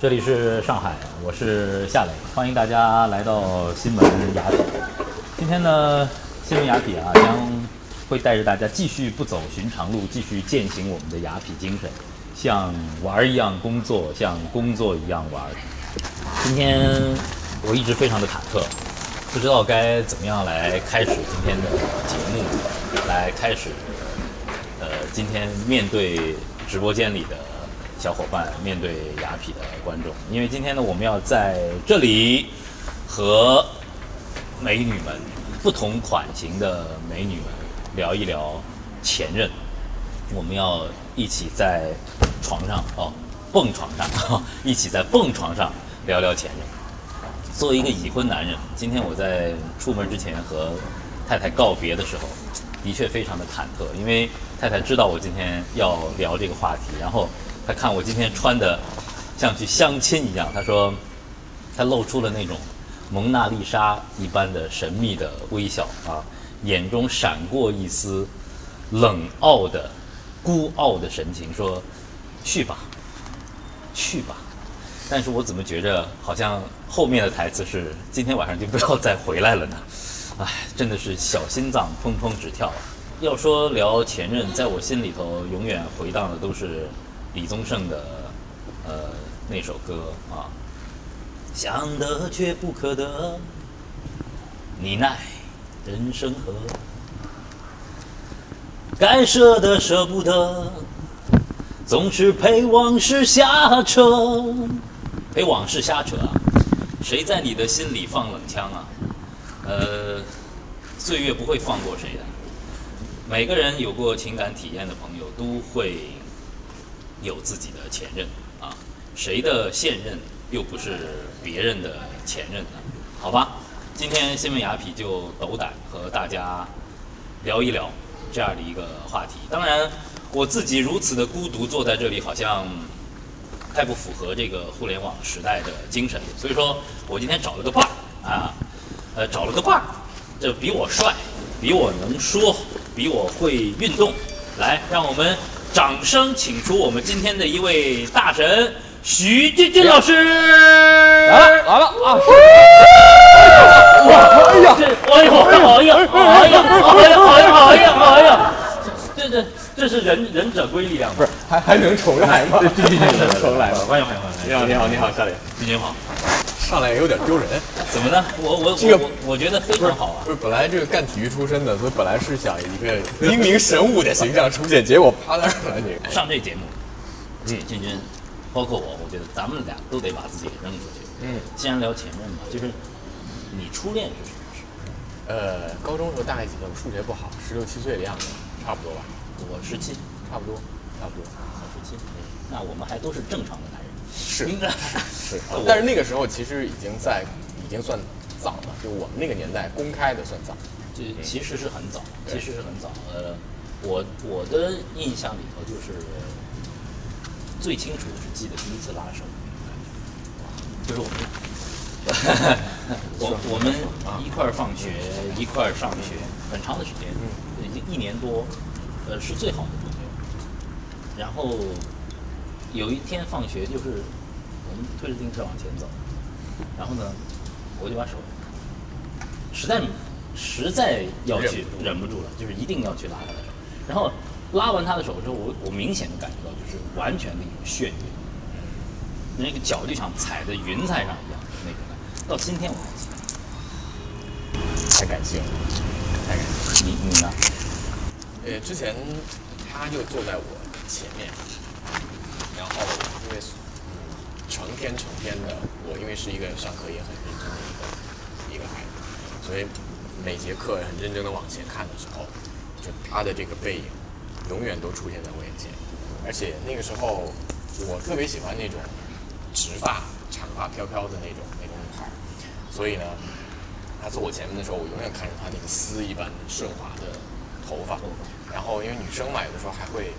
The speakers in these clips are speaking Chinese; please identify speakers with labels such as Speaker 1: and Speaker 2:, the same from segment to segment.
Speaker 1: 这里是上海，我是夏磊，欢迎大家来到新闻雅痞。今天呢，新闻雅痞啊，将会带着大家继续不走寻常路，继续践行我们的雅痞精神，像玩儿一样工作，像工作一样玩儿。今天我一直非常的忐忑，不知道该怎么样来开始今天的节目，来开始呃，今天面对直播间里的小伙伴，面对雅痞的观众，因为今天呢，我们要在这里和美女们，不同款型的美女们聊一聊前任。我们要一起在床上哦，蹦床上，哦一起在蹦床上聊聊前任。作为一个已婚男人，今天我在出门之前和太太告别的时候，的确非常的忐忑，因为太太知道我今天要聊这个话题，然后她看我今天穿的像去相亲一样，她说她露出了那种蒙娜丽莎一般的神秘的微笑啊，眼中闪过一丝冷傲的、孤傲的神情，说：“去吧，去吧。”但是我怎么觉着好像后面的台词是“今天晚上就不要再回来了呢”， 哎，真的是小心脏砰砰直跳啊。要说聊前任，在我心里头永远回荡的都是李宗盛的呃那首歌啊，想得却不可得，你奈人生何？该舍的舍不得，总是陪往事瞎扯。陪往事瞎扯啊，谁在你的心里放冷枪啊？呃，岁月不会放过谁的。啊每个人有过情感体验的朋友，都会有自己的前任啊。谁的现任又不是别人的前任呢？好吧，今天新闻雅痞就斗胆和大家聊一聊这样的一个话题。当然，我自己如此的孤独坐在这里，好像太不符合这个互联网时代的精神。所以说我今天找了个伴儿啊，呃，找了个伴儿，这比我帅，比我能说，比我会运动。来，让我们掌声请出我们今天的一位大神徐俊俊老师。来
Speaker 2: 来了啊！
Speaker 1: 哎呀，哎呦，哎呀，哎呀，哎呀，哎呀，哎呀，哎呀，这这这是忍忍者龟力量吗？
Speaker 2: 不是，还还能重来吗？哎对对对，能重来吗？
Speaker 1: 欢迎欢迎欢迎！
Speaker 3: 你好，你好，你好，夏磊。
Speaker 1: 俊俊好，
Speaker 2: 上来有点丢人，
Speaker 1: 怎么呢？我我
Speaker 2: 这个
Speaker 1: 我我我觉得非常好啊。
Speaker 2: 不是本来这个干体育出身的，所以本来是想一个英明神武的形象出现，结果啪嗒上来你
Speaker 1: 上这节目，嗯，俊俊，包括我，我觉得咱们俩都得把自己给扔出去。
Speaker 2: 嗯，
Speaker 1: 既然聊前任嘛，就是你初恋是什么时候？
Speaker 2: 呃，高中时候大概几岁？我数学不好，十六七岁的样子，差不多吧，
Speaker 1: 我十七，
Speaker 2: 差不多，差不多。
Speaker 1: 我十七，那我们还都是正常的男人。
Speaker 2: 是
Speaker 1: 应该
Speaker 2: 是
Speaker 1: 我，
Speaker 2: 但是那个时候其实已经在，已经算早了，就我们那个年代公开的算早。
Speaker 1: 这其实是很早，其
Speaker 2: 对
Speaker 1: 实是很早。呃，我我的印象里头就是最清楚的是记得第一次拉手，就是我们我我们一块儿放学，一块儿上学，很长的时间，已经一年多，呃，是最好的朋友。然后有一天放学，就是我们推着自行车往前走，然后呢，我就把手实在实在要去忍不住了，就是一定要去拉他的手。然后拉完他的手之后，我我明显的感觉到就是完全的一种眩晕，那个脚就像踩在云彩上一样的那种感觉。到今天我还记得，
Speaker 2: 太感谢了。
Speaker 1: 太感谢你你呢？
Speaker 2: 呃，之前他就坐在我前面，然后因为嗯成天成天的，我因为是一个上课也很认真的一个一个孩子，所以每节课很认真的往前看的时候，就他的这个背影永远都出现在我眼前，而且那个时候我特别喜欢那种直发、长发飘飘的那种那种女孩儿，所以呢，他坐我前面的时候，我永远看着他那个丝一般顺滑的头发，然后因为女生嘛，有的时候还会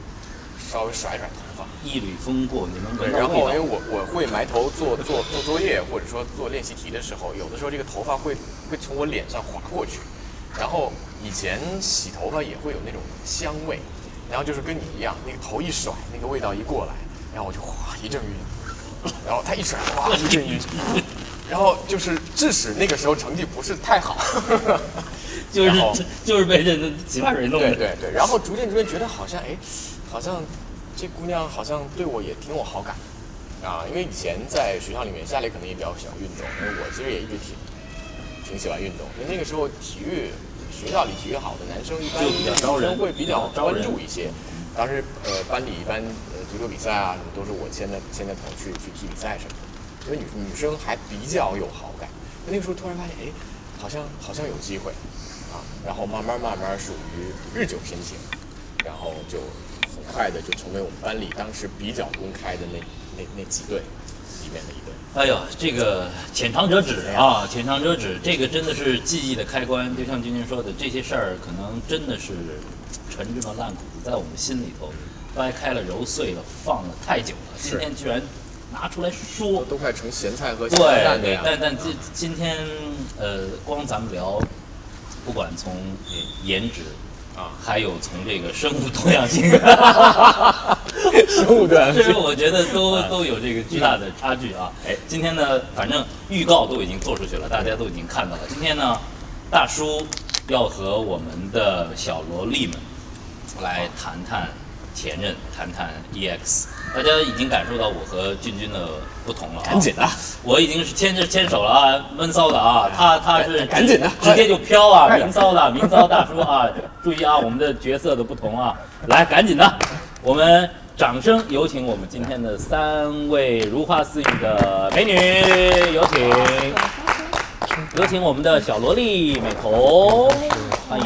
Speaker 2: 稍微甩甩头发。
Speaker 1: 一缕风过，你能闻
Speaker 2: 对，
Speaker 1: 到
Speaker 2: 然后因
Speaker 1: 味
Speaker 2: 为
Speaker 1: 道？
Speaker 2: 我我会埋头做做做作业，或者说做练习题的时候，有的时候这个头发会会从我脸上划过去，然后以前洗头发也会有那种香味，然后就是跟你一样，那个头一甩，那个味道一过来，然后我就哗一阵晕，然后他一甩，哇，一阵晕。然后就是致使那个时候成绩不是太好，
Speaker 1: 就
Speaker 2: 然后
Speaker 1: 是 就是被这洗发水弄
Speaker 2: 对
Speaker 1: 的。
Speaker 2: 对对，然后逐渐逐渐觉得好像哎，好像这姑娘好像对我也挺有好感啊，因为以前在学校里面，夏磊可能也比较喜欢运动，因为我其实也一直挺挺喜欢运动，因为那个时候体育学校里体育好的男生一般
Speaker 1: 就比较
Speaker 2: 女
Speaker 1: 招人
Speaker 2: 生会比较
Speaker 1: 招
Speaker 2: 关
Speaker 1: 人
Speaker 2: 注一些。当时呃班里一般呃足球比赛啊什么都是我牵着牵着头去去踢比赛什么的，因为女女生还比较有好感。那个时候突然发现哎，好像好像有机会啊，然后慢慢慢慢属于日久天情，然后就很快的就成为我们班里当时比较公开的那那那几队里面的一队。
Speaker 1: 哎呦，这个浅尝辄止啊，浅尝辄止，这个真的是记忆的开关。就像君君说的，这些事儿可能真的是陈芝麻烂谷子，在我们心里头掰开了、揉碎了、放了太久了。今天居然拿出来说，
Speaker 2: 都快成咸菜和咸蛋
Speaker 1: 对
Speaker 2: 那
Speaker 1: 对
Speaker 2: 样，
Speaker 1: 但但今今天呃，光咱们聊，不管从呃颜值。
Speaker 2: 啊
Speaker 1: 还有从这个生物多样性，
Speaker 2: 生物多样
Speaker 1: 这
Speaker 2: 性
Speaker 1: 个我觉得都都有这个巨大的差距啊。
Speaker 2: 哎
Speaker 1: 今天呢，反正预告都已经做出去了，大家都已经看到了。今天呢，大叔要和我们的小萝莉们来谈谈前任，谈谈 EX。大家已经感受到我和俊君的不同了、啊，
Speaker 2: 赶紧的，
Speaker 1: 我已经是牵着牵手了啊，闷骚的啊，他他是直
Speaker 2: 哎赶紧哎的
Speaker 1: 直接就飘啊，
Speaker 2: 快
Speaker 1: 明骚的明骚大叔啊，注意啊，我们的角色的不同啊，来赶紧的，我们掌声有请我们今天的三位如花似玉的美女，有请，有请我们的小萝莉美瞳，欢迎，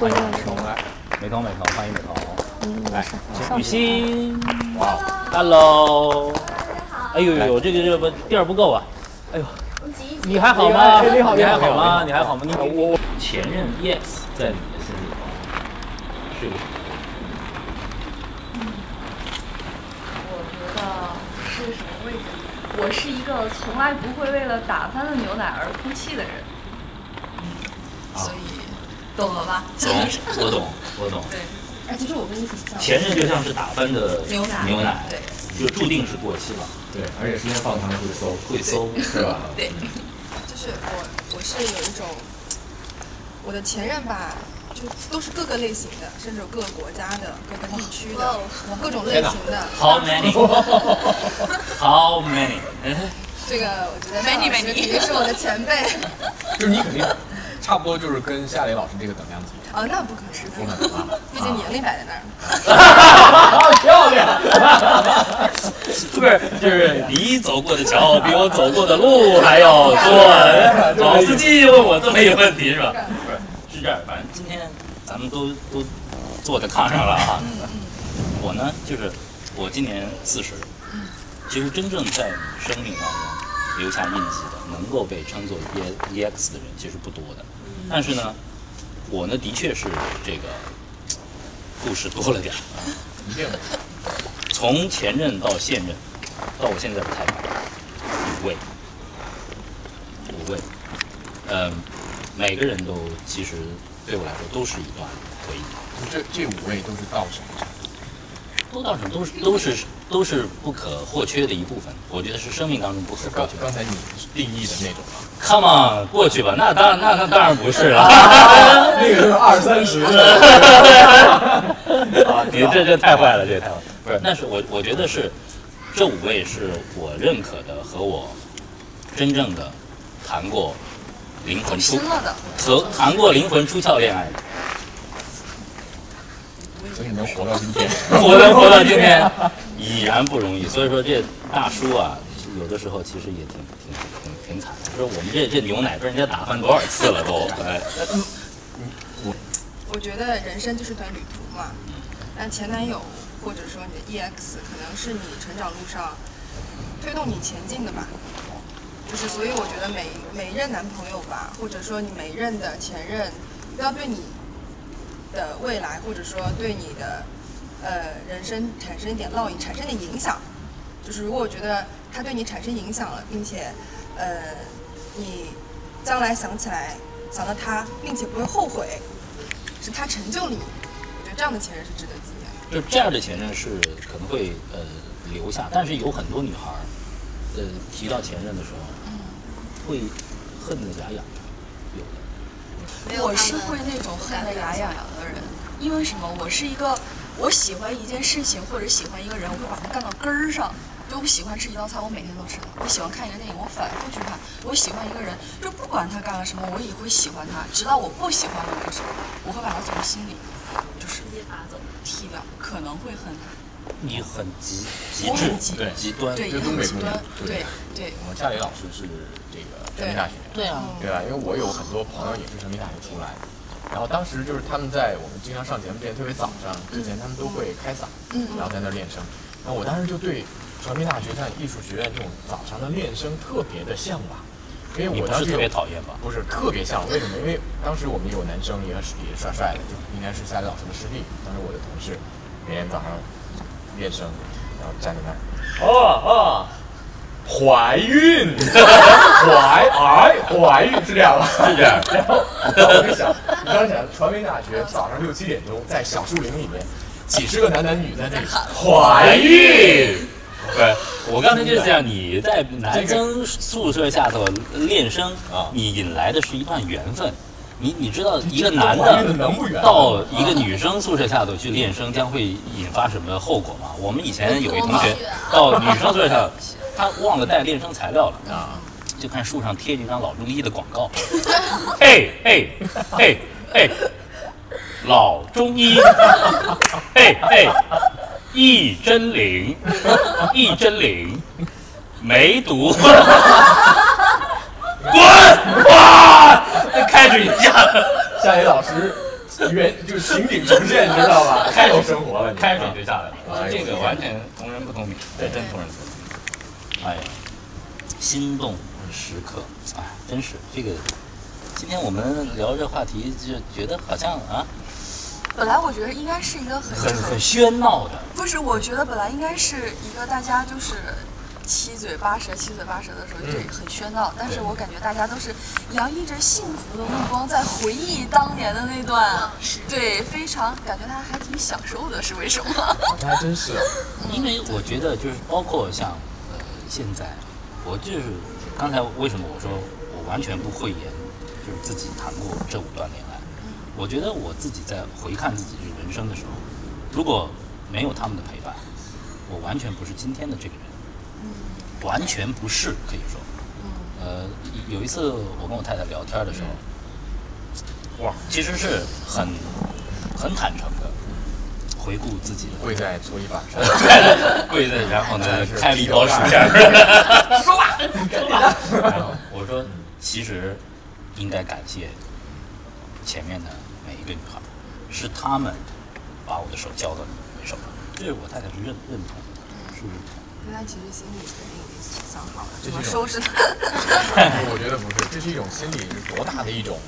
Speaker 1: 欢迎美瞳来，美瞳美瞳，欢迎美瞳，来，请雨欣，哇，Hello，哎呦呦呦，这个这个地儿不够啊，哎呦。你还好吗？
Speaker 2: 哎你好
Speaker 1: 你还
Speaker 2: 你好
Speaker 1: 好
Speaker 2: 你
Speaker 1: 吗？
Speaker 2: 好
Speaker 1: 你还好吗？你
Speaker 2: 我
Speaker 1: 我前任 yes 在你的心里是个
Speaker 3: 我觉得是什么位置？我是一个从来不会为了打翻的牛奶而哭泣的人，所以懂了吧？
Speaker 1: 懂，我懂，我懂。
Speaker 3: 对，
Speaker 4: 哎，其实我跟你挺像的，
Speaker 1: 前任就像是打翻的
Speaker 3: 牛奶，
Speaker 1: 牛奶
Speaker 3: 对
Speaker 1: 就注定是过期了，
Speaker 2: 对，而且时间放长了会馊，
Speaker 1: 会馊，
Speaker 2: 是 吧？
Speaker 3: 对，
Speaker 4: 就是我，我是有一种，我的前任吧，就都是各个类型的，甚至有各个国家的、各个地区的，各种类型的。
Speaker 1: How many？How many？
Speaker 4: 这个我觉得美女美女，肯定是我的前辈。
Speaker 2: 就是你肯定差不多就是跟夏磊老师这个等量级，
Speaker 4: 哦，那不可能，
Speaker 2: 不可能啊！
Speaker 4: 毕竟年龄摆在那儿嘛。
Speaker 1: 漂亮！ 不是，就是你走过的桥 比我走过的路还要多。老司机问我这么一个问题是吧？不是，是这样，反正今天咱们都都坐在炕上了啊。我呢，就是我今年四十，其实真正在你生命当中留下印记的，能够被称作 E E X 的人其实不多的。但是呢，我呢的确是这个故事多了点儿。
Speaker 2: 一定
Speaker 1: 从前任到现任，到我现在的太太，五位，五位，嗯、每个人都其实对我来说都是一段回忆，
Speaker 2: 这这五位都是道神，
Speaker 1: 都到什么都是都是都是不可或缺的一部分，我觉得是生命当中不可
Speaker 2: 是
Speaker 1: 或
Speaker 2: 刚
Speaker 1: 缺的。
Speaker 2: 刚才你定义的那种啊。
Speaker 1: Come on，过去吧，那当然那那当然不是了。
Speaker 2: 啊那个就是二三十的，
Speaker 1: 你 这这太坏了，这太坏了。不是，但是我我觉得是这五位是我认可的和我真正的谈过灵魂出
Speaker 4: 深了的，
Speaker 1: 和谈过灵魂出窍恋爱的，
Speaker 2: 所以能活到今天，
Speaker 1: 活能活到今天已然不容易。所以说这大叔啊，有的时候其实也挺挺挺挺惨的。就是我们这这牛奶被人家打翻多少次了都，哎，
Speaker 4: 我觉得人生就是段旅途嘛。那前男友或者说你的 EX，可能是你成长路上推动你前进的吧。就是所以我觉得每每一任男朋友吧，或者说你每一任的前任，都要对你的未来或者说对你的呃人生产生一点烙印，产生点影响。就是如果我觉得他对你产生影响了，并且呃你将来想起来想到他，并且不会后悔，是他成就了你。我觉得这样的前任是值得纪念
Speaker 1: 就
Speaker 4: 的。
Speaker 1: 这样的前任是可能会呃留下，但是有很多女孩儿呃提到前任的时
Speaker 5: 嗯
Speaker 1: 候，会恨得牙痒，有的。
Speaker 6: 没有
Speaker 5: 我
Speaker 6: 他
Speaker 5: 是
Speaker 6: 们
Speaker 5: 会那种恨得牙痒痒的人，因为什么？我是一个我喜欢一件事情或者喜欢一个人，我会把它干到根儿上。就我喜欢吃一道菜，我每天都吃它；我喜欢看一个电影，我反复去看；我喜欢一个人，就不管他干了什么，我也会喜欢他，直到我不喜欢他的时候，我会把他从心里就是踢掉，可能会恨他。
Speaker 1: 你很极
Speaker 5: 我
Speaker 1: 致
Speaker 5: 很极
Speaker 1: 对极端
Speaker 5: 对，也
Speaker 2: 东北
Speaker 5: 很极
Speaker 2: 姑娘
Speaker 5: 端，
Speaker 2: 对
Speaker 5: 对对，
Speaker 2: 我们夏雷老师是这个成立大学，
Speaker 1: 对啊，
Speaker 2: 对吧？因为我有很多朋友也是成立大学出来的，然后当时就是他们在我们经常上节目之前，特别早上之前，他们都会开嗓，
Speaker 1: 嗯
Speaker 2: 然后在那儿练声。然后我当时就对成立大学像艺术学院这种早上的练声特别的向往，因为
Speaker 1: 你不
Speaker 2: 我当
Speaker 1: 是
Speaker 2: 时
Speaker 1: 特
Speaker 2: 有
Speaker 1: 别讨厌吧？
Speaker 2: 不是特别像，为什么？因为当时我们有男生也是也帅帅的，就应该是夏雷老师的师弟，当时我的同事，每天早上练声，然后站在那儿，哦哦，怀 孕，怀哎怀孕是这样吧？是这样。然后我就想，你当时想，传媒大学早上六七点钟在小树林里面，几十个男男女在那里怀孕，
Speaker 1: 对，我刚才就是这样。你在男生宿舍下头练声
Speaker 2: 啊，
Speaker 1: 你引来的是一段缘分。你你知道一个
Speaker 2: 这
Speaker 1: 男
Speaker 2: 怀
Speaker 1: 的
Speaker 2: 孕的能不啊缘分
Speaker 1: 到一个女生宿舍下头去练声，将会引发什么后果吗？我们啊以前有一同学到女生宿舍下，他忘了带练声材料了啊，就看树上贴着一张老中医的广 告，嘿嘿嘿嘿，哎老中医，嘿嘿，一针灵，一针灵，梅毒，滚！哇，开始一下，
Speaker 2: 夏雷老师原就情景重现，你知道吧？太有生活了，你
Speaker 1: 开水就下来
Speaker 2: 哎
Speaker 1: 了，
Speaker 2: 呦
Speaker 1: 这个完全同人不同命，对，真同人不同命。哎呀，心动时刻，哎，真是这个。今天我们聊这话题，就觉得好像啊，
Speaker 6: 本来我觉得应该是一个很
Speaker 1: 很很喧闹的，
Speaker 6: 不是，我觉得本来应该是一个大家就是七嘴八舌、七嘴八舌的时候就
Speaker 7: 嗯
Speaker 6: 很喧闹，但是我感觉大家都是洋溢着幸福的目光在回忆当年的那段，对，非常感觉大家还挺享受的，是为什 么？
Speaker 2: 还真是。
Speaker 1: 因为我觉得就是包括像呃现在，我就是刚才为什么我说我完全不讳言，就是自己谈过这五段恋爱。我觉得我自己在回看自己的人生的时候，如果没有他们的陪伴，我完全不是今天的这个人，完全不是可以说。呃，有一次我跟我太太聊天的时候，哇，其实是很很坦诚的回顾自己的
Speaker 2: 跪在搓衣板上，
Speaker 1: 跪在，然 后呢
Speaker 2: 是
Speaker 1: 哎开了一包薯片， 说吧，说吧。嗯然后我说，其实应该感谢前面的每一个女孩，是她们把我的手交到你们手上，这是我太太是认认同的，是认同的。
Speaker 4: 那他其实心里肯定已经想好了
Speaker 2: 这是一
Speaker 4: 怎么
Speaker 2: 种
Speaker 4: 收拾他。
Speaker 2: 我觉得不是，这是一种心理是多大的一种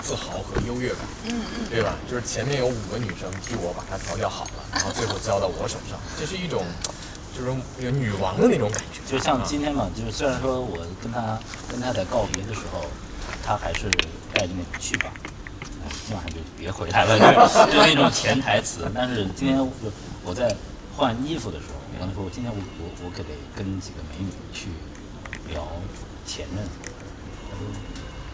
Speaker 2: 自豪和优越感，嗯嗯，对吧？就是前面有五个女生替我把它调教好了，然后最后交到我手上，这是一种就是有女王的那种感觉，
Speaker 1: 就像今天嘛，就是虽然说我跟她跟太太告别的时候，她还是带着那种去吧，哎今晚上就别回来了，就是就那种潜台词。但是今天我我在换衣服的时候，我跟她说，我今天我我我可得跟几个美女去聊前任，她说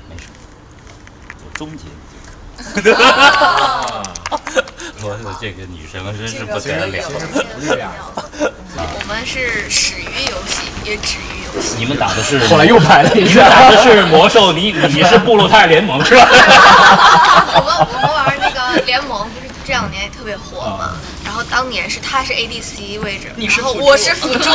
Speaker 1: 没什么，我终结你这个。我说这个女生真是不得了，
Speaker 2: 其实不是这样。
Speaker 5: 我们是始于游戏，也止于游戏。
Speaker 1: 你们打的是
Speaker 8: 后来又排了一下，打的是魔兽， 你你是布鲁泰联盟是吧？
Speaker 7: 我们我们玩那个联盟，不是这两年也特别火嘛。然后当年是他是 ADC 位置，然后我啊是辅 助，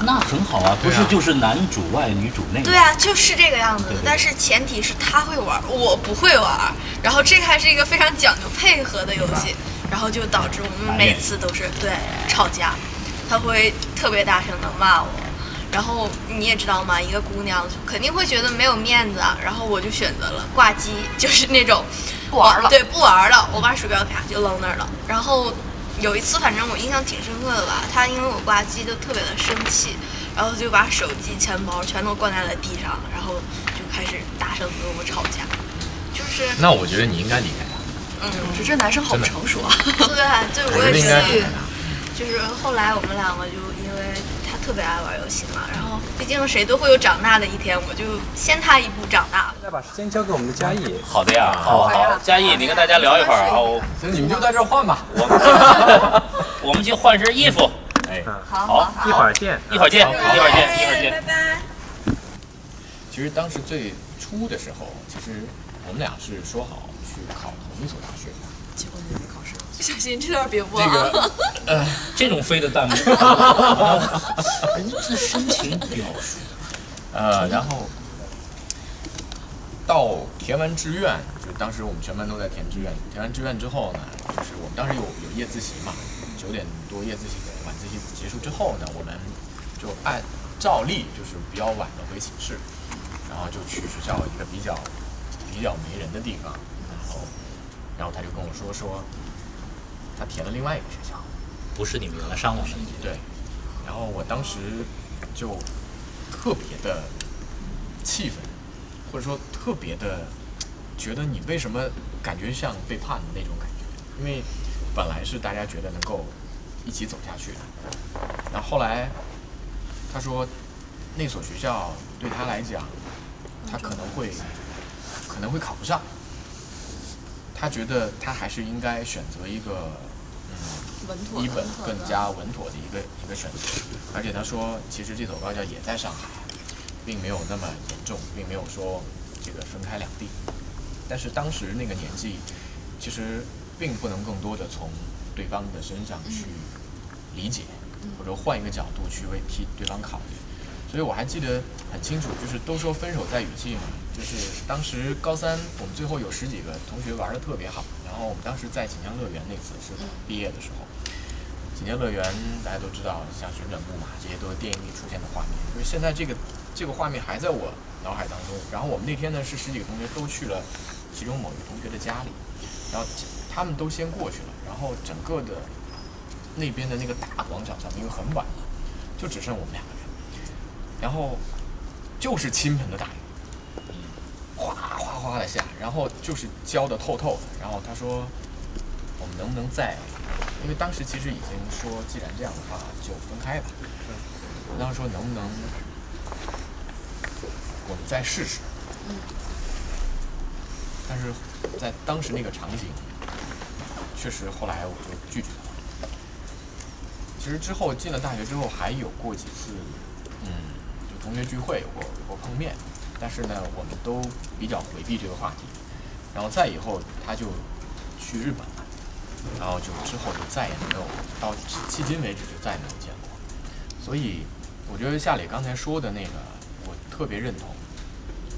Speaker 1: 那很好啊，不是就是男主外女主内吗？
Speaker 7: 对啊，就是这个样子的。但是前提是他会玩，我不会玩。然后这个还是一个非常讲究配合的游戏，然后就导致我们每次都是对吵架，他会特别大声的骂我。然后你也知道嘛，一个姑娘肯定会觉得没有面子啊，然后我就选择了挂机， 就是那种
Speaker 6: 不玩了
Speaker 7: 对，不玩了，我把鼠标啪就扔那儿了。然后有一次，反正我印象挺深刻的吧，他因为我挂机就特别的生气，然后就把手机、钱包全都灌在了地上，然后就开始大声跟我吵架， 就是
Speaker 2: 那我觉得你应该离开他，
Speaker 7: 嗯，
Speaker 6: 我觉得这男生好成熟啊，
Speaker 7: 对对，
Speaker 2: 我觉
Speaker 7: 我
Speaker 2: 得
Speaker 7: 也
Speaker 2: 应
Speaker 7: 是
Speaker 2: 该离开他。
Speaker 7: 就是后来我们两个就因为他特别爱玩游戏嘛，然后毕竟谁都会有长大的一天，我就先他一步长大了。
Speaker 9: 再把时间交给我们的嘉义，
Speaker 1: 好的呀，
Speaker 10: 啊
Speaker 1: 好好，嘉义，你跟大家聊一会儿啊，我
Speaker 2: 所以你们就在这儿换吧。
Speaker 1: 我们我们去换身衣服，哎，
Speaker 5: 好
Speaker 1: 好
Speaker 5: 好好
Speaker 9: 一。会儿见。
Speaker 1: 一会儿见，一会儿见，一会儿见。
Speaker 7: 拜。
Speaker 2: 其实当时最初的时候，其实我们俩是说好去考同一所大学的。
Speaker 5: 结果没考上，不小心这段别播
Speaker 2: 这
Speaker 5: 啊！
Speaker 2: 个
Speaker 1: 这种飞的弹 幕，
Speaker 2: 这深情表述。呃，然后到填完志愿，就当时我们全班都在填志愿。填完志愿之后呢，就是我们当时有有夜自习嘛，九点多夜自习，晚自习结束之后呢，我们就按照例就是比较晚的回寝室，然后就去学校一个比较比较没人的地方，然后然后他就跟我说说，他填了另外一个学校。
Speaker 1: 不是你们原来上网的，
Speaker 2: 对，然后我当时就特别的气愤，或者说特别的觉得你为什么感觉像背叛的那种感觉，因为本来是大家觉得能够一起走下去的，然后后来他说那所学校对他来讲，他可能会可能会考不上。他觉得他还是应该选择一个，嗯，
Speaker 5: 稳妥
Speaker 2: 一
Speaker 5: 的，
Speaker 2: 本更加稳妥的一个一个选择。而且他说，其实这所高校也在上海，并没有那么严重，并没有说这个分开两地。但是当时那个年纪，其实并不能更多的从对方的身上去理解，或者换一个角度去为替对方考虑。所以我还记得很清楚，就是都说分手在雨季嘛，就是当时高三我们最后有十几个同学玩的特别好，然后我们当时在锦江乐园那次是毕业的时候，锦江乐园大家都知道，像旋转木马这些都是电影里出现的画面，就是现在这个这个画面还在我脑海当中。然后我们那天呢是十几个同学都去了其中某一个同学的家里，然后他们都先过去了，然后整个的那边的那个大广场上面，因为很晚了，就只剩我们两个人。然后就是倾盆的大雨，哗哗哗的下，然后就是浇的透透的。然后他说，我们能不能再，因为当时其实已经说，既然这样的话就分开吧。我当时说能不能，我们再试试。但是在当时那个场景，确实后来我就拒绝了。其实之后进了大学之后，还有过几次，嗯，就同学聚会有过有过碰面，但是呢，我们都比较回避这个话题。然后再以后，他就去日本了，然后就之后就再也没有到迄今为止就再也没有见过。所以我觉得夏磊刚才说的那个，我特别认同，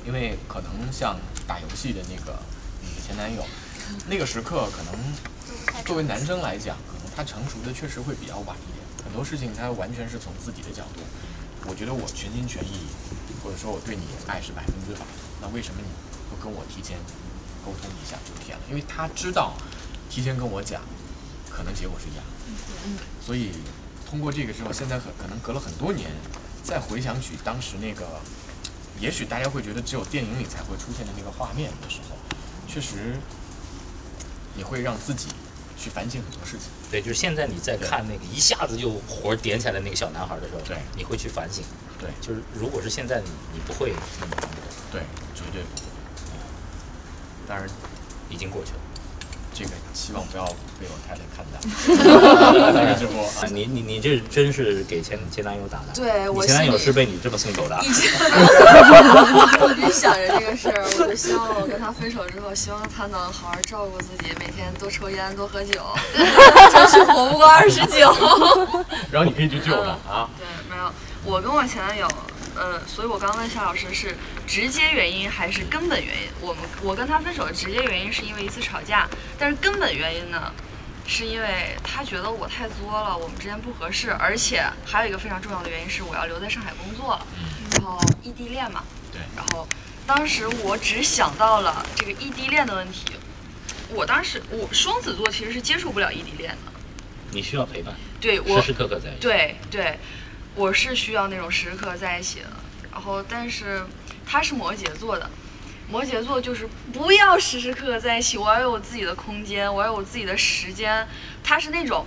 Speaker 2: 因为可能像打游戏的那个你的前男友，那个时刻可能作为男生来讲，可能他成熟的确实会比较晚一点，很多事情他完全是从自己的角度。我觉得我全心全意，或者说我对你爱是百分之百，那为什么你不跟我提前沟通一下就填了？因为他知道提前跟我讲，可能结果是一样的。所以通过这个之后，现在可可能隔了很多年，再回想起当时那个，也许大家会觉得只有电影里才会出现的那个画面的时候，确实你会让自己去反省很多事情。
Speaker 10: 对，就是现在你在看那个一下子就火点起来的那个小男孩的时候，
Speaker 2: 对
Speaker 10: 你会去反省。
Speaker 2: 对
Speaker 10: 就是如果是现在你，你不会，
Speaker 2: 对，绝对不会。当然，
Speaker 10: 已经过去了。
Speaker 2: 这个希望不要被我太太看到。那 个直播
Speaker 10: 啊，你你你这真是给前前男友打的。
Speaker 5: 对
Speaker 10: 你
Speaker 5: 我
Speaker 10: 前男友
Speaker 5: 心里
Speaker 10: 是 被你这么送走的。
Speaker 5: 一直一直想着这个事儿，我就希望我跟他分手之后，希望他能好好照顾自己，每天多抽烟多喝 酒，争取活不过二十九。
Speaker 2: 然后你可以去救他啊。
Speaker 5: 对，没有，我跟我前男友，呃，所以我刚问夏老师是直接原因还是根本原因？我们我跟他分手的直接原因是因为一次吵架，但是根本原因呢，是因为他觉得我太作了，我们之间不合适，而且还有一个非常重要的原因是我要留在上海工作了，然后异地恋嘛，
Speaker 2: 对
Speaker 5: 然后当时我只想到了这个异地恋的问题。我当时我双子座其实是接受不了异地恋的，
Speaker 10: 你需要陪伴，
Speaker 5: 对我
Speaker 10: 时时刻刻在一起。
Speaker 5: 对对，我是需要那种时刻在一起的。然后，但是他是摩羯座的，摩羯座就是不要时时刻刻在一起，我要有我自己的空间，我要有我自己的时间。他是那种，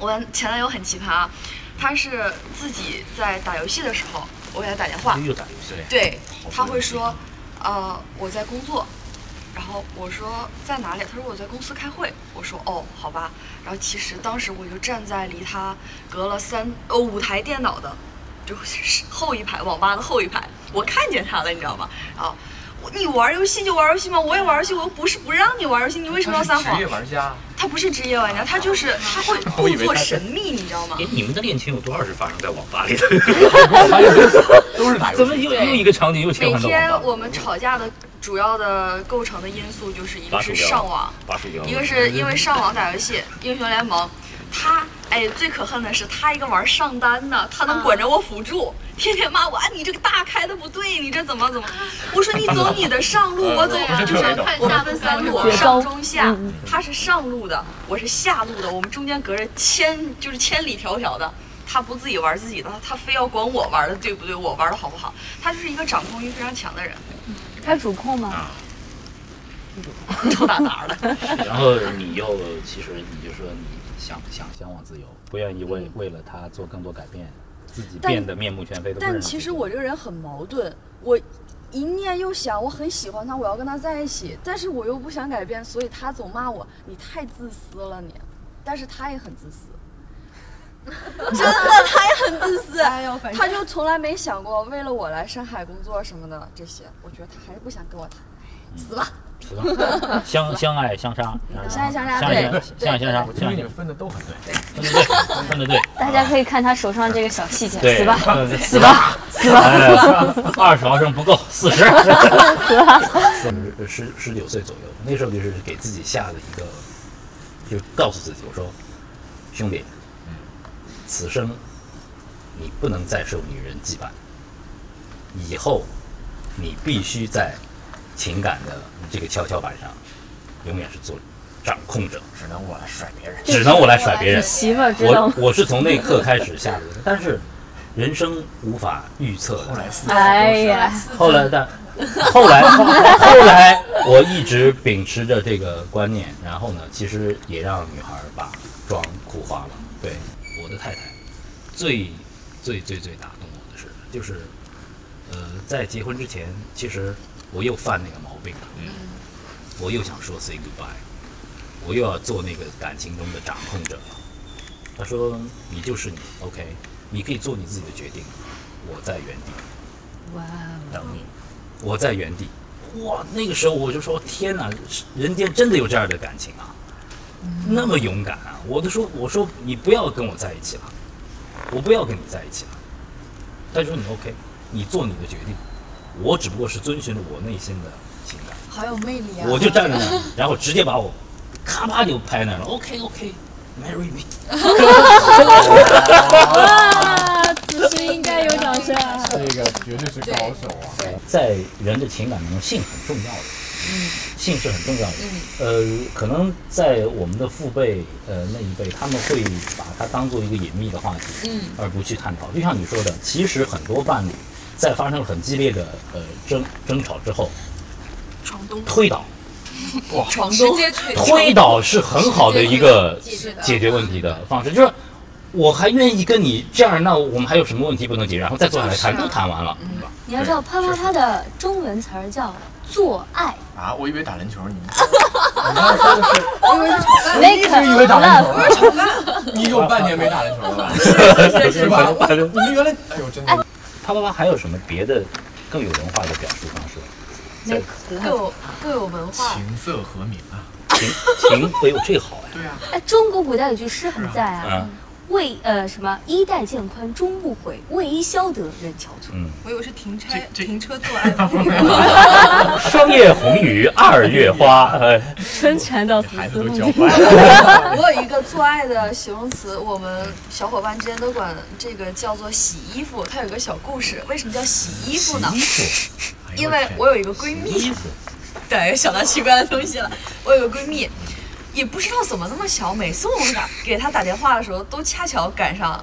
Speaker 5: 我前男友很奇葩啊，他是自己在打游戏的时候，我给他打电话，
Speaker 1: 又打游戏，
Speaker 5: 对，他会说，呃，我在工作，然后我说在哪里？他说我在公司开会。我说哦，好吧。然后其实当时我就站在离他隔了三呃五台电脑的，就是后一排网吧的后一排，我看见他了，你知道吗？然后我你玩游戏就玩游戏吗？我也玩游戏，我又不是不让你玩游戏，你为什么要撒
Speaker 2: 职
Speaker 5: 谎
Speaker 2: 业？玩家，
Speaker 5: 他不是职业玩家，他就是他会
Speaker 2: 我以
Speaker 5: 故
Speaker 2: 为他
Speaker 5: 作
Speaker 2: 是
Speaker 5: 神秘，你知道吗
Speaker 1: 哎？，你们的恋情有多少是发生在网吧里的？
Speaker 2: 都是打游
Speaker 1: 怎么
Speaker 2: 戏。
Speaker 1: 又又一个场景又切
Speaker 5: 每
Speaker 1: 换到
Speaker 5: 天
Speaker 1: 网吧？
Speaker 5: 我们吵架的主要的构成的因素就是一
Speaker 1: 拔
Speaker 5: 个
Speaker 1: 鼠
Speaker 5: 是
Speaker 1: 标，
Speaker 5: 上网，
Speaker 1: 拔鼠标，
Speaker 5: 一个是因为上网打游戏，英雄联盟，他哎最可恨的是他一个玩上单的，他能管着我辅助，天天骂我啊你这个大开的不对，你这怎么怎么？我说你走你的上路，呃我走
Speaker 2: 不是
Speaker 5: 就是
Speaker 2: 这种
Speaker 5: 我们分三路，
Speaker 9: 绝招
Speaker 5: 上中嗯下，他是上路的，我是下路的，我们中间隔着千就是千里迢迢的。他不自己玩自己的，他非要管我玩的对不对，我玩的好不好，他就是一个掌控欲非常强的人，
Speaker 9: 他主控吗？
Speaker 5: 臭打杂的。
Speaker 1: 然后你又其实你就说你想想向往自由，不愿意为为了他做更多改变，自己
Speaker 5: 但
Speaker 1: 变得面目全非都不
Speaker 5: 但
Speaker 1: 认识
Speaker 5: 其
Speaker 1: 自己
Speaker 5: 实我这个人很矛盾，我一念又想，我很喜欢他，我要跟他在一起，但是我又不想改变，所以他总骂我，你太自私了你，但是他也很自 私。真的，他也很自 私，
Speaker 4: 哎呦，反
Speaker 5: 他就从来没想过为了我来深海工作什么的这些。我觉得他还是不想跟我谈，
Speaker 9: 嗯
Speaker 5: 死吧！
Speaker 1: 是吧相相爱相杀，
Speaker 5: 相爱相杀
Speaker 1: 相爱
Speaker 5: 对
Speaker 1: 相爱相杀
Speaker 2: 我，觉
Speaker 1: 相
Speaker 2: 得
Speaker 1: 爱
Speaker 2: 你们分的都很对，
Speaker 1: 分的对，分的对，
Speaker 9: 大家可以看他手上这个小细节，
Speaker 1: 对
Speaker 9: 死吧，
Speaker 1: 嗯
Speaker 9: 死吧，死吧，
Speaker 1: 哎二十毫升不够，四 十，十十九岁左右，那时候就是给自己下的一个，就告诉自己，我说，兄弟，此生你不能再受女人羁绊，以后你必须在情感的这个跷跷板上，永远是做掌控者，
Speaker 2: 只能我来甩别人。
Speaker 1: 只能我来甩别人。
Speaker 9: 媳妇儿知道
Speaker 1: 我
Speaker 9: 吗？
Speaker 1: 我是从那一刻开始下的，但是人生无法预测的。
Speaker 2: 后来四
Speaker 9: 哎呀，
Speaker 1: 后来的，后来后后来，我一直秉持着这个观念，然后呢，其实也让女孩把妆哭花了。对，我的太太最最最最打动我的是，就是呃，在结婚之前，其实我又犯那个毛病了，我又想说 say goodbye，我又要做那个感情中的掌控者了。他说：“你就是你，OK，你可以做你自己的决定，我在原地。”
Speaker 9: 哇
Speaker 1: 等你，我在原地。哇，那个时候我就说，天哪，人间真的有这样的感情啊，那么勇敢啊！我都说，我说你不要跟我在一起了，我不要跟你在一起了。他说你 OK，你做你的决定，我只不过是遵循了我内心的情感。
Speaker 5: 好有魅力
Speaker 4: 啊
Speaker 1: 我就站在那儿，然后直接把我咔吧就拍那儿了。OK OK，marry me。
Speaker 9: 哇，啊此时应该有掌声。啊
Speaker 2: 这个绝对是高手啊！
Speaker 1: 在人的情感当中，性很重要的，嗯性是很重要的。呃，可能在我们的父辈，呃那一辈，他们会把它当做一个隐秘的话题，嗯，而不去探讨。就像你说的，其实很多伴侣在发生了很激烈的呃争争吵之后，
Speaker 5: 床东
Speaker 1: 推倒，
Speaker 5: 床
Speaker 4: 直
Speaker 5: 东
Speaker 4: 接推
Speaker 1: 推倒是很好的嗯一个
Speaker 4: 是的
Speaker 1: 解决问题的方式，就是。我还愿意跟你这样，那我们还有什么问题不能解决？然后再坐下来谈，都谈完了。
Speaker 9: 你要知道，啪啪啪的中文词儿叫做爱
Speaker 2: 啊，我以为打篮球，你们，你刚才说的是
Speaker 9: ，make
Speaker 2: 以为打篮球
Speaker 9: love。
Speaker 2: 了，你有半年没打篮球了吧？是吧？你们原来，哎呦，真的，
Speaker 1: 啪啪啪，还有什么别的更有文化的表述方式？
Speaker 9: make love。
Speaker 5: 有更有文化，
Speaker 2: 琴瑟和鸣啊！
Speaker 1: 情情，哎呦，这好呀！
Speaker 2: 对啊，
Speaker 9: 哎，中国古代有句诗很赞啊
Speaker 1: 嗯，
Speaker 9: 为呃什么衣带渐宽终不悔，为伊消得人憔悴。
Speaker 1: 嗯，
Speaker 4: 我以为是停车
Speaker 2: 这
Speaker 4: 停 车啊坐爱抚
Speaker 1: 霜叶红于二月花，呃，
Speaker 10: 哎
Speaker 9: 春蚕到死
Speaker 2: 孩子
Speaker 9: 丝
Speaker 2: 都
Speaker 9: 入
Speaker 2: 教
Speaker 9: 尽。
Speaker 2: 坏了。
Speaker 5: 我有一个做爱的形容词，我们小伙伴之间都管这个叫做洗衣服。它有一个小故事，为什么叫洗衣服呢？因为我有一个闺蜜， 对，又想到奇怪的东西了。我有个闺蜜，也不知道怎么那么巧，每次我们打给她打电话的时候，都恰巧赶上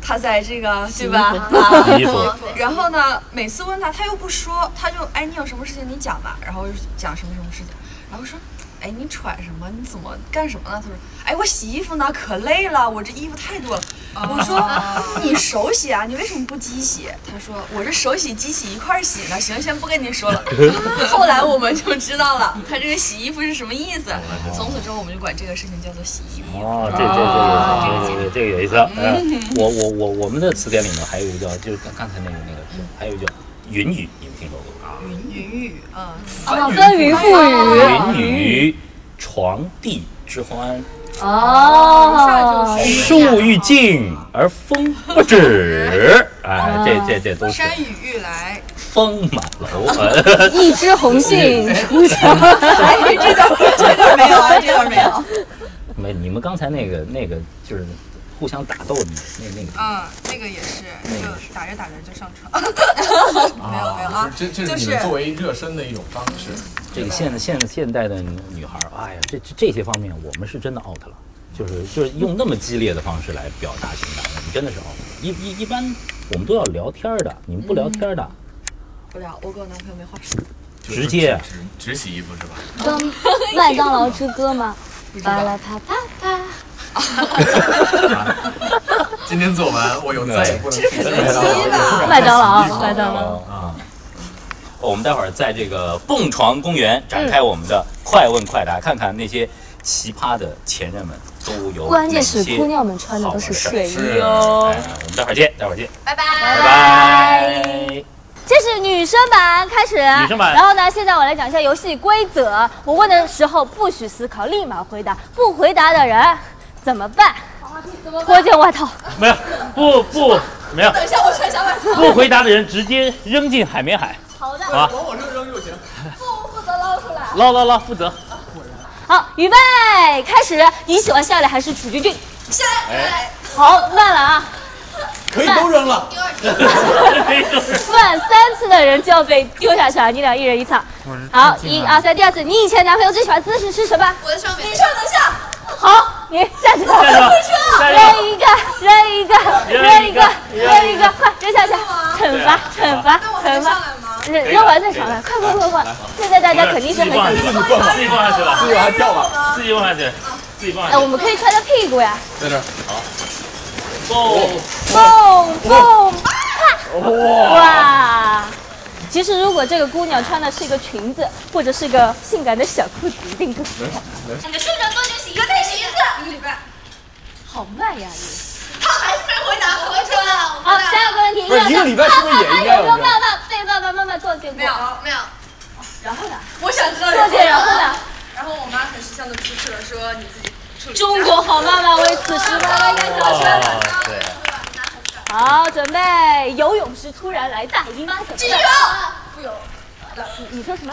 Speaker 5: 她在这个对吧？
Speaker 1: 洗衣
Speaker 5: 啊，
Speaker 1: 服，
Speaker 5: 然后呢，每次问她，她又不说，她就哎，你有什么事情你讲吧，然后就讲什么什么事情，然后说。哎，你喘什么？你怎么干什么呢？他说，哎，我洗衣服呢，可累了，我这衣服太多了。我说，你手洗啊，你为什么不机洗？他说，我这手洗机洗一块儿洗呢。行，先不跟您说了。后来我们就知道了，他这个洗衣服是什么意思。从此之后，我们就管这个事情叫做洗衣服。
Speaker 10: 哦，这这这有意思，这个有意思。呃，我我我我们的词典里面还有一个叫，就是刚刚才那个那个，还有一个叫云雨，你们听说过啊吗？
Speaker 5: 云雨，嗯，
Speaker 9: 啊，翻云覆雨，
Speaker 10: 云雨床地之欢，
Speaker 9: 哦，
Speaker 10: 树欲静而风不止。哎，这这这都是
Speaker 4: 山雨欲来，
Speaker 10: 风满楼。呃
Speaker 9: 一枝红杏出墙。
Speaker 5: 哎，这段这段没有啊，这段没有。
Speaker 10: 没，你们刚才那个那个就是互相打斗的那那个，
Speaker 4: 嗯，那个也是，
Speaker 1: 嗯
Speaker 4: 就打着打着就上床。没有没有啊，
Speaker 2: 这这
Speaker 4: 就是
Speaker 2: 你
Speaker 4: 是
Speaker 2: 们作为热身的一种方式。
Speaker 10: 这个现现现代的女孩儿，哎呀，这这这些方面我们是真的 out 了，就是就是用那么激烈的方式来表达情感，我们真的是 out 了。一一一般我们都要聊天儿的，你们不聊天儿的，
Speaker 5: 不聊，我跟我男朋友没话说。
Speaker 10: 直接
Speaker 2: 只只洗衣服是吧？
Speaker 9: 当麦当劳之歌吗？巴拉啪啪啪，
Speaker 2: 今天做完，我有再也不能洗
Speaker 5: 鸡吧，
Speaker 9: 麦当劳，麦当劳。
Speaker 10: 啊。哦我们待会儿在这个蹦床公园
Speaker 9: 嗯
Speaker 10: 展开我们的快问快答，看看那些奇葩的前任们都有
Speaker 9: 关键
Speaker 10: 哪
Speaker 9: 是
Speaker 10: 些
Speaker 9: 姑娘们穿的
Speaker 10: 好
Speaker 9: 都
Speaker 10: 玩
Speaker 9: 是
Speaker 10: 的事儿
Speaker 9: 睡衣。
Speaker 2: 是
Speaker 10: 哎，我们待会儿见，待会儿见，
Speaker 7: 拜拜。
Speaker 10: 拜拜。
Speaker 9: 这是女生版，开始。女
Speaker 1: 生版
Speaker 9: 然后呢，现在我来讲一下游戏规则。我问的时候不许思考，立马回答。不回答的人怎么办？脱件外套。
Speaker 1: 没有，不不，没有，
Speaker 5: 等一下，我穿小外套。
Speaker 1: 不回答的人直接扔进海绵海，
Speaker 9: 好的。
Speaker 1: 好吧？
Speaker 2: 往我这扔就行。
Speaker 1: 捞捞捞，负责。
Speaker 9: 好，预备，开始。你喜欢夏磊还是楚菊俊？
Speaker 1: 哎
Speaker 9: 夏磊。好，慢了啊！
Speaker 2: 可以都扔了。
Speaker 9: 问三次的人就要被丢下去啊！你俩一人一次。好，
Speaker 1: 啊
Speaker 9: 一二三，第二次。你以前男朋友最喜欢姿势是什么？
Speaker 7: 我在上面。
Speaker 5: 你上等下，
Speaker 9: 好，你站住。
Speaker 1: 下一个，下一个，
Speaker 9: 扔一个，扔一个，扔一个，扔一个，快扔下去！
Speaker 7: 啊
Speaker 9: 惩罚，惩罚，惩罚！扔扔完再上来，快快快快！现在大家肯定是
Speaker 1: 自己
Speaker 9: 很
Speaker 1: 蹦下去，
Speaker 9: 紧张。
Speaker 1: 自己蹦下去
Speaker 2: 自
Speaker 1: 了，
Speaker 2: 己往下跳吧，
Speaker 1: 自己蹦下去，自己蹦
Speaker 9: 哎，
Speaker 1: 下
Speaker 9: 我
Speaker 1: 去。
Speaker 9: 们可以穿到屁股呀！
Speaker 2: 在这儿。
Speaker 1: 哦，
Speaker 9: 蹦蹦
Speaker 2: 哇！
Speaker 9: 哇！其实如果这个姑娘穿的是一个裙子，或者是个性感的小裤子，一定更好看。
Speaker 7: 你的数量多就行，一再洗一次。
Speaker 9: 好慢呀你！
Speaker 7: 他还是没回答，我回答了。
Speaker 9: 好，下一个问题，
Speaker 2: 不是一个礼拜是不是也应该有
Speaker 9: 有没有慢慢被爸爸妈妈撞见过？
Speaker 7: 没有，
Speaker 9: 然后呢？
Speaker 5: 我想知道
Speaker 9: 撞见然后呢？
Speaker 4: 然后我妈很识相的支持了，说你自己处理。
Speaker 9: 中国好妈妈为此时妈妈应该怎么说？
Speaker 2: 啊
Speaker 1: 对，
Speaker 9: 好，准备游泳时突然来大姨妈怎么办？继续游，不游。你你说什么？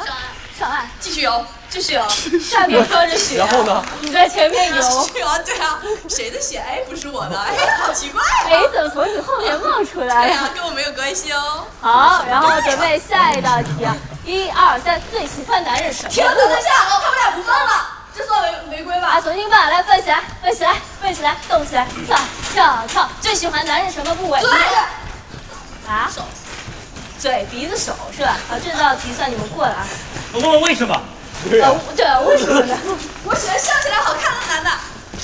Speaker 9: 上岸，
Speaker 5: 继续游，继续游，
Speaker 9: 上面飘着雪。然后呢？你在前面游
Speaker 5: 继，续游，对啊，谁的血？哎，不是我的，哎，好奇怪
Speaker 9: 哎，怎么从你后面冒出来
Speaker 5: 哎
Speaker 9: 了？
Speaker 5: 呀，跟我没有关系哦。
Speaker 9: 好，然后准备下一道题啊！一二三，最喜欢男人什么？
Speaker 5: 停，等一下，他们俩不放了，这算违违规
Speaker 9: 啊，
Speaker 5: 吧？
Speaker 9: 重新办，来蹦起来，蹦起来，蹦起来，动起来，跳跳跳！最喜欢男人什么部位？啊，手，嘴、鼻子、手是吧？好，这道题算你们过了啊。
Speaker 1: 我问问为什么？
Speaker 9: 呃，对，为什么呢？
Speaker 5: 我喜欢笑起来好看的男的，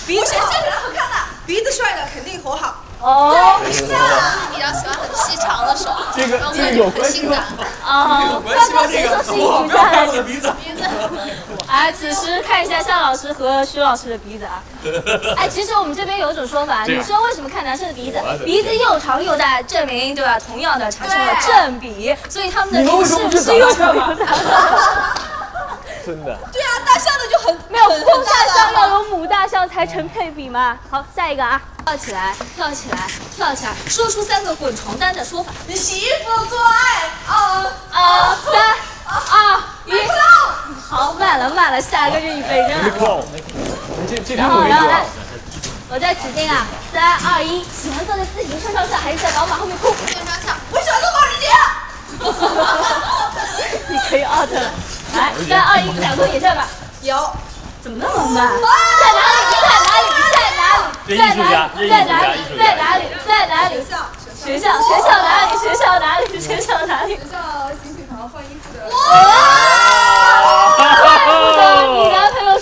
Speaker 9: 鼻
Speaker 5: 我喜欢笑起来好看的。
Speaker 4: 鼻子帅的肯定吼好。
Speaker 9: 哦
Speaker 7: 比较喜欢很细长的手，
Speaker 2: 这个
Speaker 7: 然后
Speaker 2: 这个
Speaker 7: 感觉
Speaker 2: 有
Speaker 7: 很
Speaker 2: 关系
Speaker 7: 性
Speaker 2: 吗
Speaker 7: 感。？
Speaker 9: 哦，
Speaker 2: 关系吗？这
Speaker 9: 谁
Speaker 2: 个
Speaker 9: 说是
Speaker 2: 我
Speaker 9: 一
Speaker 2: 没有
Speaker 9: 直下
Speaker 2: 看
Speaker 9: 来
Speaker 2: 我的鼻子。
Speaker 9: 哎，此时看一下夏老师和徐老师的 鼻子啊。哎，其实我们这边有一种说法，
Speaker 2: 这
Speaker 9: 女
Speaker 2: 样
Speaker 9: 生为什么看男生的鼻子
Speaker 2: 我的？天
Speaker 9: 鼻子又长又大，证明对吧？同样的产生了正比，所以他们的
Speaker 2: 你们
Speaker 9: 鼻
Speaker 2: 为什么不
Speaker 9: 是
Speaker 2: 去
Speaker 9: 是又
Speaker 2: 找
Speaker 9: 长
Speaker 2: 他
Speaker 9: 又大。
Speaker 2: 真的。
Speaker 5: 对啊，大象的就很
Speaker 9: 没有公大象要有母大象才成配比吗？好，下一个啊，跳起来，跳起来，跳起来，说出三个滚床单的说法。
Speaker 5: 你洗衣服做爱啊，
Speaker 9: 二三二一，好，慢了慢了，下一个就预备扔了。
Speaker 2: 哇！这这
Speaker 9: 然
Speaker 2: 条
Speaker 9: 后
Speaker 2: 我没
Speaker 9: 然后来
Speaker 2: 做。，
Speaker 9: 我再指定啊，三二一，喜欢坐在自行车上下还是在宝马后面哭？
Speaker 7: 对方向，
Speaker 5: 我喜欢做保时捷。
Speaker 9: 你可以 out 了，来，三二一，两个也站吧。
Speaker 5: 有，
Speaker 9: 怎么那么慢？在哪
Speaker 1: 这艺
Speaker 9: 里？在哪里？在哪里？在
Speaker 1: 术
Speaker 9: 哪
Speaker 1: 家
Speaker 9: 里？在哪里
Speaker 1: 这艺？术家
Speaker 5: 像
Speaker 9: 在哪里？在哪里？学校，学校哪里？学校哪里？学校哪里？
Speaker 4: 叫行警堂换衣服的。
Speaker 9: 怪不得你男朋友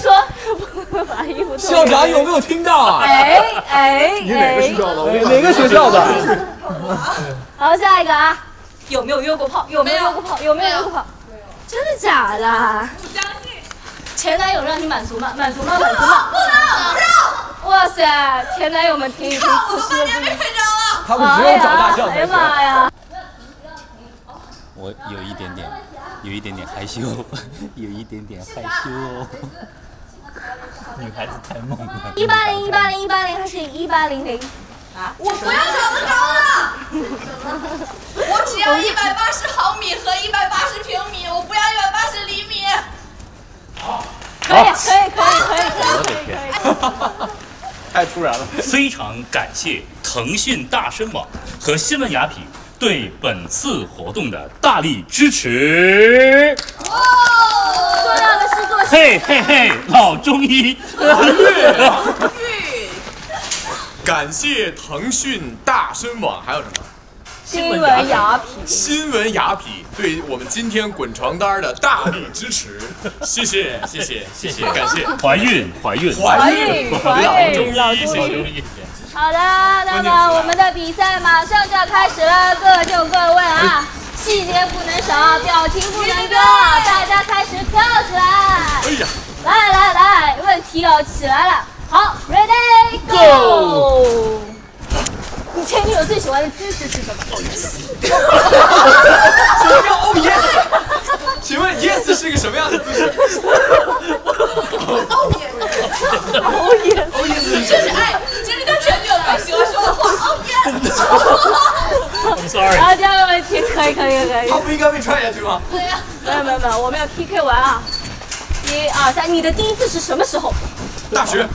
Speaker 9: 快把衣 服脱
Speaker 11: 校长有没有听到啊？
Speaker 9: 哎哎哎！
Speaker 11: 哪个学校的？
Speaker 9: 好，下一个啊，有没有约过炮？有没有约过炮？有没有约过炮？真的假的？不相信。前男友让你满足吗？满足吗？满足吗？不能，哇塞，前男友们听一听此时的不
Speaker 5: 睡着了。
Speaker 9: 啊
Speaker 11: 他们只有找大校
Speaker 9: 哎
Speaker 11: 才
Speaker 9: 呀妈
Speaker 11: 学。
Speaker 9: 呀！
Speaker 12: 我有一点点，有一点点害 羞，有一点点害羞哦。
Speaker 13: 女孩子太梦了。
Speaker 9: 一八零一八零一八零还是一八零零？
Speaker 5: 我不要找得着 了，我只要一百八十毫米和一百八十平米，我不要一百八十厘米。
Speaker 9: 可以可以可以可以可以。
Speaker 13: 我的天！
Speaker 11: 太突然了。
Speaker 1: 非常感谢腾讯大声网和新闻雅痞对本次活动的大力支持。
Speaker 9: 重要的是做
Speaker 1: 嘿嘿嘿，老中医，
Speaker 2: 感谢腾讯大声网，还有什么
Speaker 9: 新闻
Speaker 11: 啊
Speaker 9: 雅痞。
Speaker 2: 新闻雅痞对我们今天滚床单的大力支 持，谢谢谢谢谢谢，感谢。
Speaker 1: 怀孕怀孕，
Speaker 9: 怀孕怀孕老中
Speaker 1: 老
Speaker 9: 医。
Speaker 1: 中医。
Speaker 9: 好的，那么我们的比赛马上就要开始了，各就各位
Speaker 2: 哎
Speaker 9: 啊，细节不能少，表情不能丢，大家开始跳起来！
Speaker 2: 哎呀，
Speaker 9: 来来来，问题要起来了，好，Ready Go！你前女友最喜欢的姿势是什么？
Speaker 2: 什么叫 O yes？请问 yes 是个什么样的姿势？
Speaker 1: I'm
Speaker 2: 哎
Speaker 1: sorry，
Speaker 9: 好，啊第二个问题，可以可以可以。
Speaker 2: 他不应该被踹下去吗？
Speaker 9: 没有没有没有，我们要 PK 完啊！一二三，你的第一次是什么时候？
Speaker 2: 大学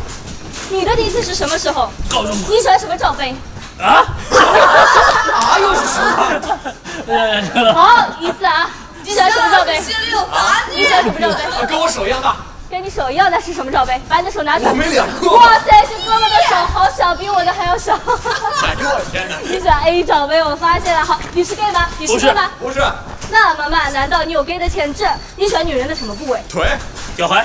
Speaker 9: 你的第一次是什么时候？
Speaker 1: 高中
Speaker 9: 你喜欢什么罩杯？
Speaker 1: 啊，
Speaker 2: 啊，又是什么？
Speaker 1: 哎
Speaker 9: 好，一次啊！你喜欢什么罩杯？
Speaker 5: 十六八
Speaker 9: 你喜欢什么罩杯？
Speaker 2: 啊跟我手一样大，
Speaker 9: 跟你手一样的是什么罩杯？把你的手拿出来
Speaker 2: 我。没量过。
Speaker 9: 哇塞，这哥们的手好小，比我的还要小。
Speaker 2: 哎呦我天哪！
Speaker 9: 你喜欢 A 罩杯，我发现了。好，你是 gay 吗？你是
Speaker 1: 不是
Speaker 9: gay 吗？
Speaker 2: 不是
Speaker 9: 那么慢，难道你有 gay 的潜质？你喜欢女人的什么部 位？
Speaker 2: 腿
Speaker 1: 小孩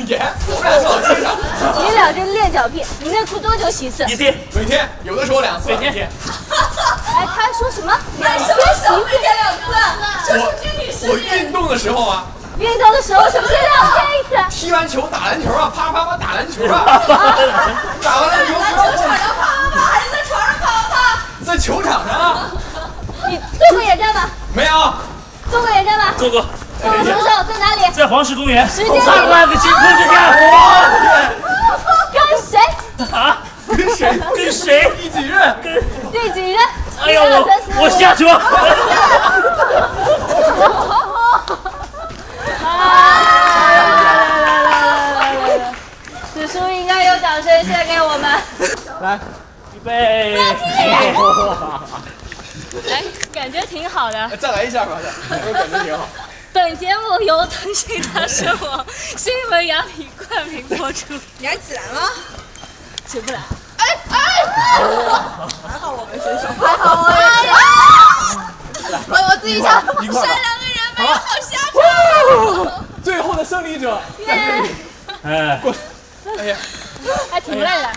Speaker 2: ，yes，我俩手身上。
Speaker 9: 你两只练脚癖，你内裤多久洗一次？
Speaker 1: 一 C，
Speaker 2: 啊每天有的时候两次，啊
Speaker 1: 每天
Speaker 9: 哎，他说什么？两只洗一次。
Speaker 2: 我我运动的时候啊，
Speaker 9: 运动的时候是不是要贴一次？
Speaker 2: 踢完球打篮球啊，啪啪啪打篮球 啊，打完篮球啪啪啪，在球场上啊，
Speaker 9: 你做过野战吗？
Speaker 2: 没有，
Speaker 9: 做过野战吗？
Speaker 1: 做过，
Speaker 9: 做过什么时候？在哪 里？
Speaker 1: 在黄石公园，
Speaker 9: 时间里
Speaker 1: 灿烂的星空之下，
Speaker 9: 跟谁？
Speaker 1: 啊，
Speaker 2: 跟谁
Speaker 1: 跟谁？
Speaker 2: 一起认？
Speaker 9: 第几人？
Speaker 1: 哎呀，
Speaker 9: 一二三四
Speaker 1: 我我下去吧。
Speaker 9: 此处应该有掌声献给我们。
Speaker 1: 预备，
Speaker 9: 哎，感觉挺好的。
Speaker 2: 再来一下吧，我感觉挺好。
Speaker 9: 本节目由腾讯大声 网、新闻雅痞冠名播出。
Speaker 14: 你还起来吗？
Speaker 9: 起不来，
Speaker 2: 一块吧，
Speaker 11: 最后的胜利者，
Speaker 1: 哎，
Speaker 9: 还挺累的。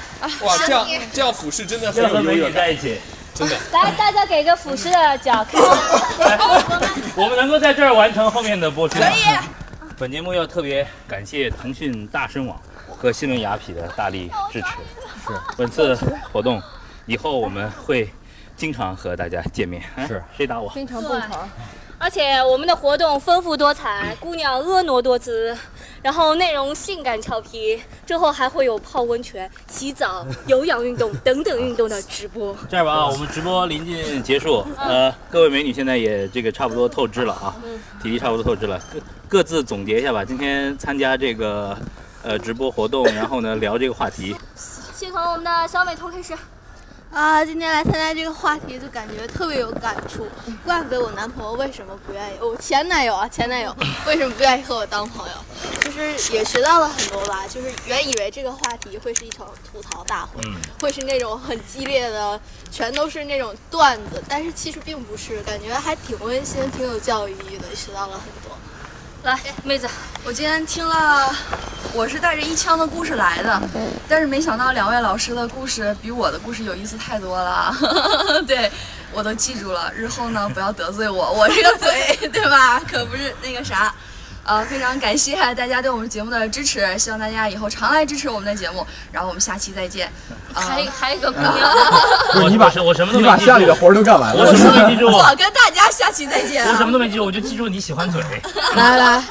Speaker 2: 哇，这样这样俯视真的很
Speaker 13: 要和
Speaker 2: 有优
Speaker 13: 美
Speaker 2: 越
Speaker 13: 女
Speaker 2: 感，
Speaker 13: 在一起，
Speaker 2: 真的。
Speaker 9: 来，大家给个俯视的脚看。
Speaker 1: 我们能够在这儿完成后面的播出吗？可以。本节目要特别感谢腾讯大声网和新闻雅痞的大力支持。是，本次活动以后我们会经常和大家见面。哎
Speaker 13: 是，
Speaker 1: 谁打我？
Speaker 14: 经常
Speaker 9: 蹦床。 而且我们的活动丰富多彩，姑娘婀娜多姿，然后内容性感俏皮，之后还会有泡温泉、洗澡、有氧运动等等运动的直播。
Speaker 1: 这样吧啊，我们直播临近结束，呃，各位美女现在也这个差不多透支了啊，体力差不多透支了，各各自总结一下吧。今天参加这个呃直播活动，然后 呢聊这个话题，
Speaker 9: 先从我们的小美同开始。
Speaker 7: 啊，今天来参加这个话题，就感觉特别有感触。怪不得我男朋友为什么不愿意，我前男友啊，前男友为什么不愿意和我当朋友，就是也学到了很多吧。就是原以为这个话题会是一场吐槽大会，会是那种很激烈的，全都是那种段子，但是其实并不是，感觉还挺温馨，挺有教育意义的，学到了很多。
Speaker 9: 来，妹子，
Speaker 15: 我今天听了
Speaker 5: 我是带着一腔的故事来的，但是没想到两位老师的故事比我的故事有意思太多了。 对，我都记住了，日后呢不要得罪我， 我这个嘴对吧？可不是那个啥。呃，非常感谢大家对我们节目的支持，希望大家以后常来支持我们的节目。然后我们下期再见。还
Speaker 9: 还有一个姑
Speaker 5: 娘，
Speaker 16: 我你把我什么都
Speaker 17: 你
Speaker 16: 没
Speaker 17: 把
Speaker 16: 记住
Speaker 17: 下里的活儿都干完了。
Speaker 16: 我什么都没记 住，
Speaker 5: 我跟大家下期再见、啊。
Speaker 16: 我什么都没记住，我就记住你喜欢嘴。
Speaker 4: 来来，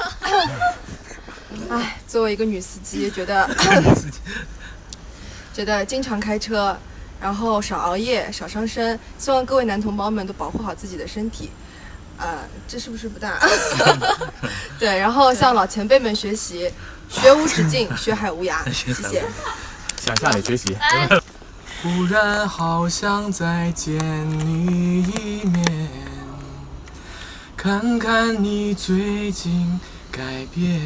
Speaker 4: 哎，作为一个女司 机，觉得 觉得经常开车，然后少熬夜，少伤身，希望各位男同胞们都保护好自己的身体。呃，这是不是不 大？对，然后向老前辈们学习，学无止境， 学海无涯。谢谢。
Speaker 17: 向下里学习。
Speaker 2: 忽然好想再见你一面，看看你最近改变，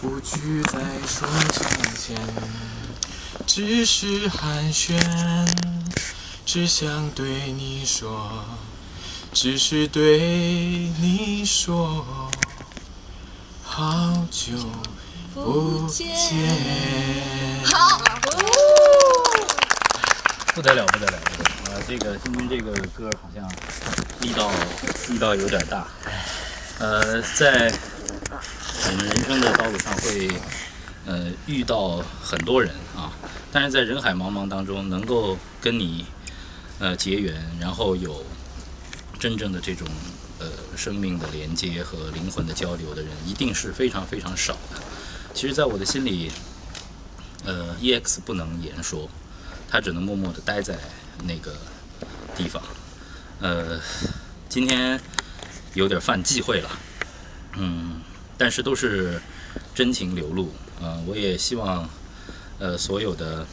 Speaker 2: 不惧再说从前，只是寒暄，只想对你说，只是对你说，好久不见。
Speaker 18: 好，
Speaker 1: 不得了，不得了！不得了啊，这个今天这个歌好像力道力道有点大。呃，在我们人生的道路上会呃遇到很多人啊，但是在人海茫茫当中，能够跟你呃结缘，然后有真正的这种呃生命的连接和灵魂的交流的人，一定是非常非常少的。其实，在我的心里，呃，EX 不能言说，他只能默默地待在那个地方。呃，今天有点犯忌讳了，嗯，但是都是真情流露。呃，我也希望，呃，所有的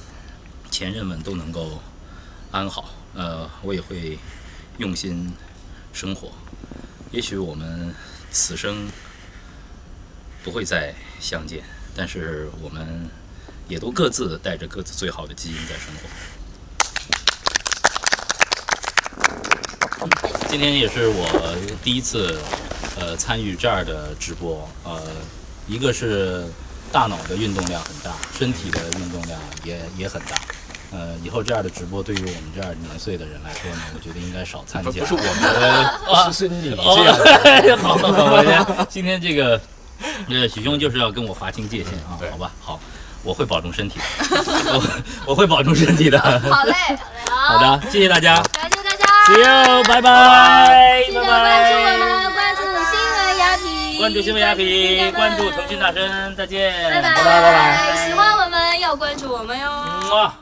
Speaker 1: 前任们都能够安好。呃，我也会用心生活。也许我们此生不会再相见，但是我们也都各自带着各自最好的基因在生活。
Speaker 16: 嗯今天也是我第一次，呃，参与这儿的直播。呃，一个是大脑的运动量很大，身体的运动量也也很大。呃，以后这样的直播对于我们这样年岁的人来说呢，我觉得应该少参加。
Speaker 17: 不不是我们
Speaker 16: 啊，
Speaker 17: 是是你这
Speaker 16: 哦
Speaker 17: 样
Speaker 16: 好，好好我今天今天这个，呃，许兄就是要跟我划清界限啊，好吧？好，我会保重身体的，我我会保重身体的。
Speaker 9: 好嘞，
Speaker 16: 好的，谢谢大家
Speaker 9: 哎感谢大家，
Speaker 16: ，See you，拜拜，
Speaker 9: 记
Speaker 16: 拜
Speaker 9: 得关注我
Speaker 16: 拜。
Speaker 9: 们，关注新闻雅痞，
Speaker 16: 关注新闻雅痞，关注
Speaker 9: 腾
Speaker 16: 讯大声，再见，
Speaker 9: 拜拜
Speaker 16: 拜拜拜拜，
Speaker 9: 喜欢我们要关注我们哟。
Speaker 16: 么。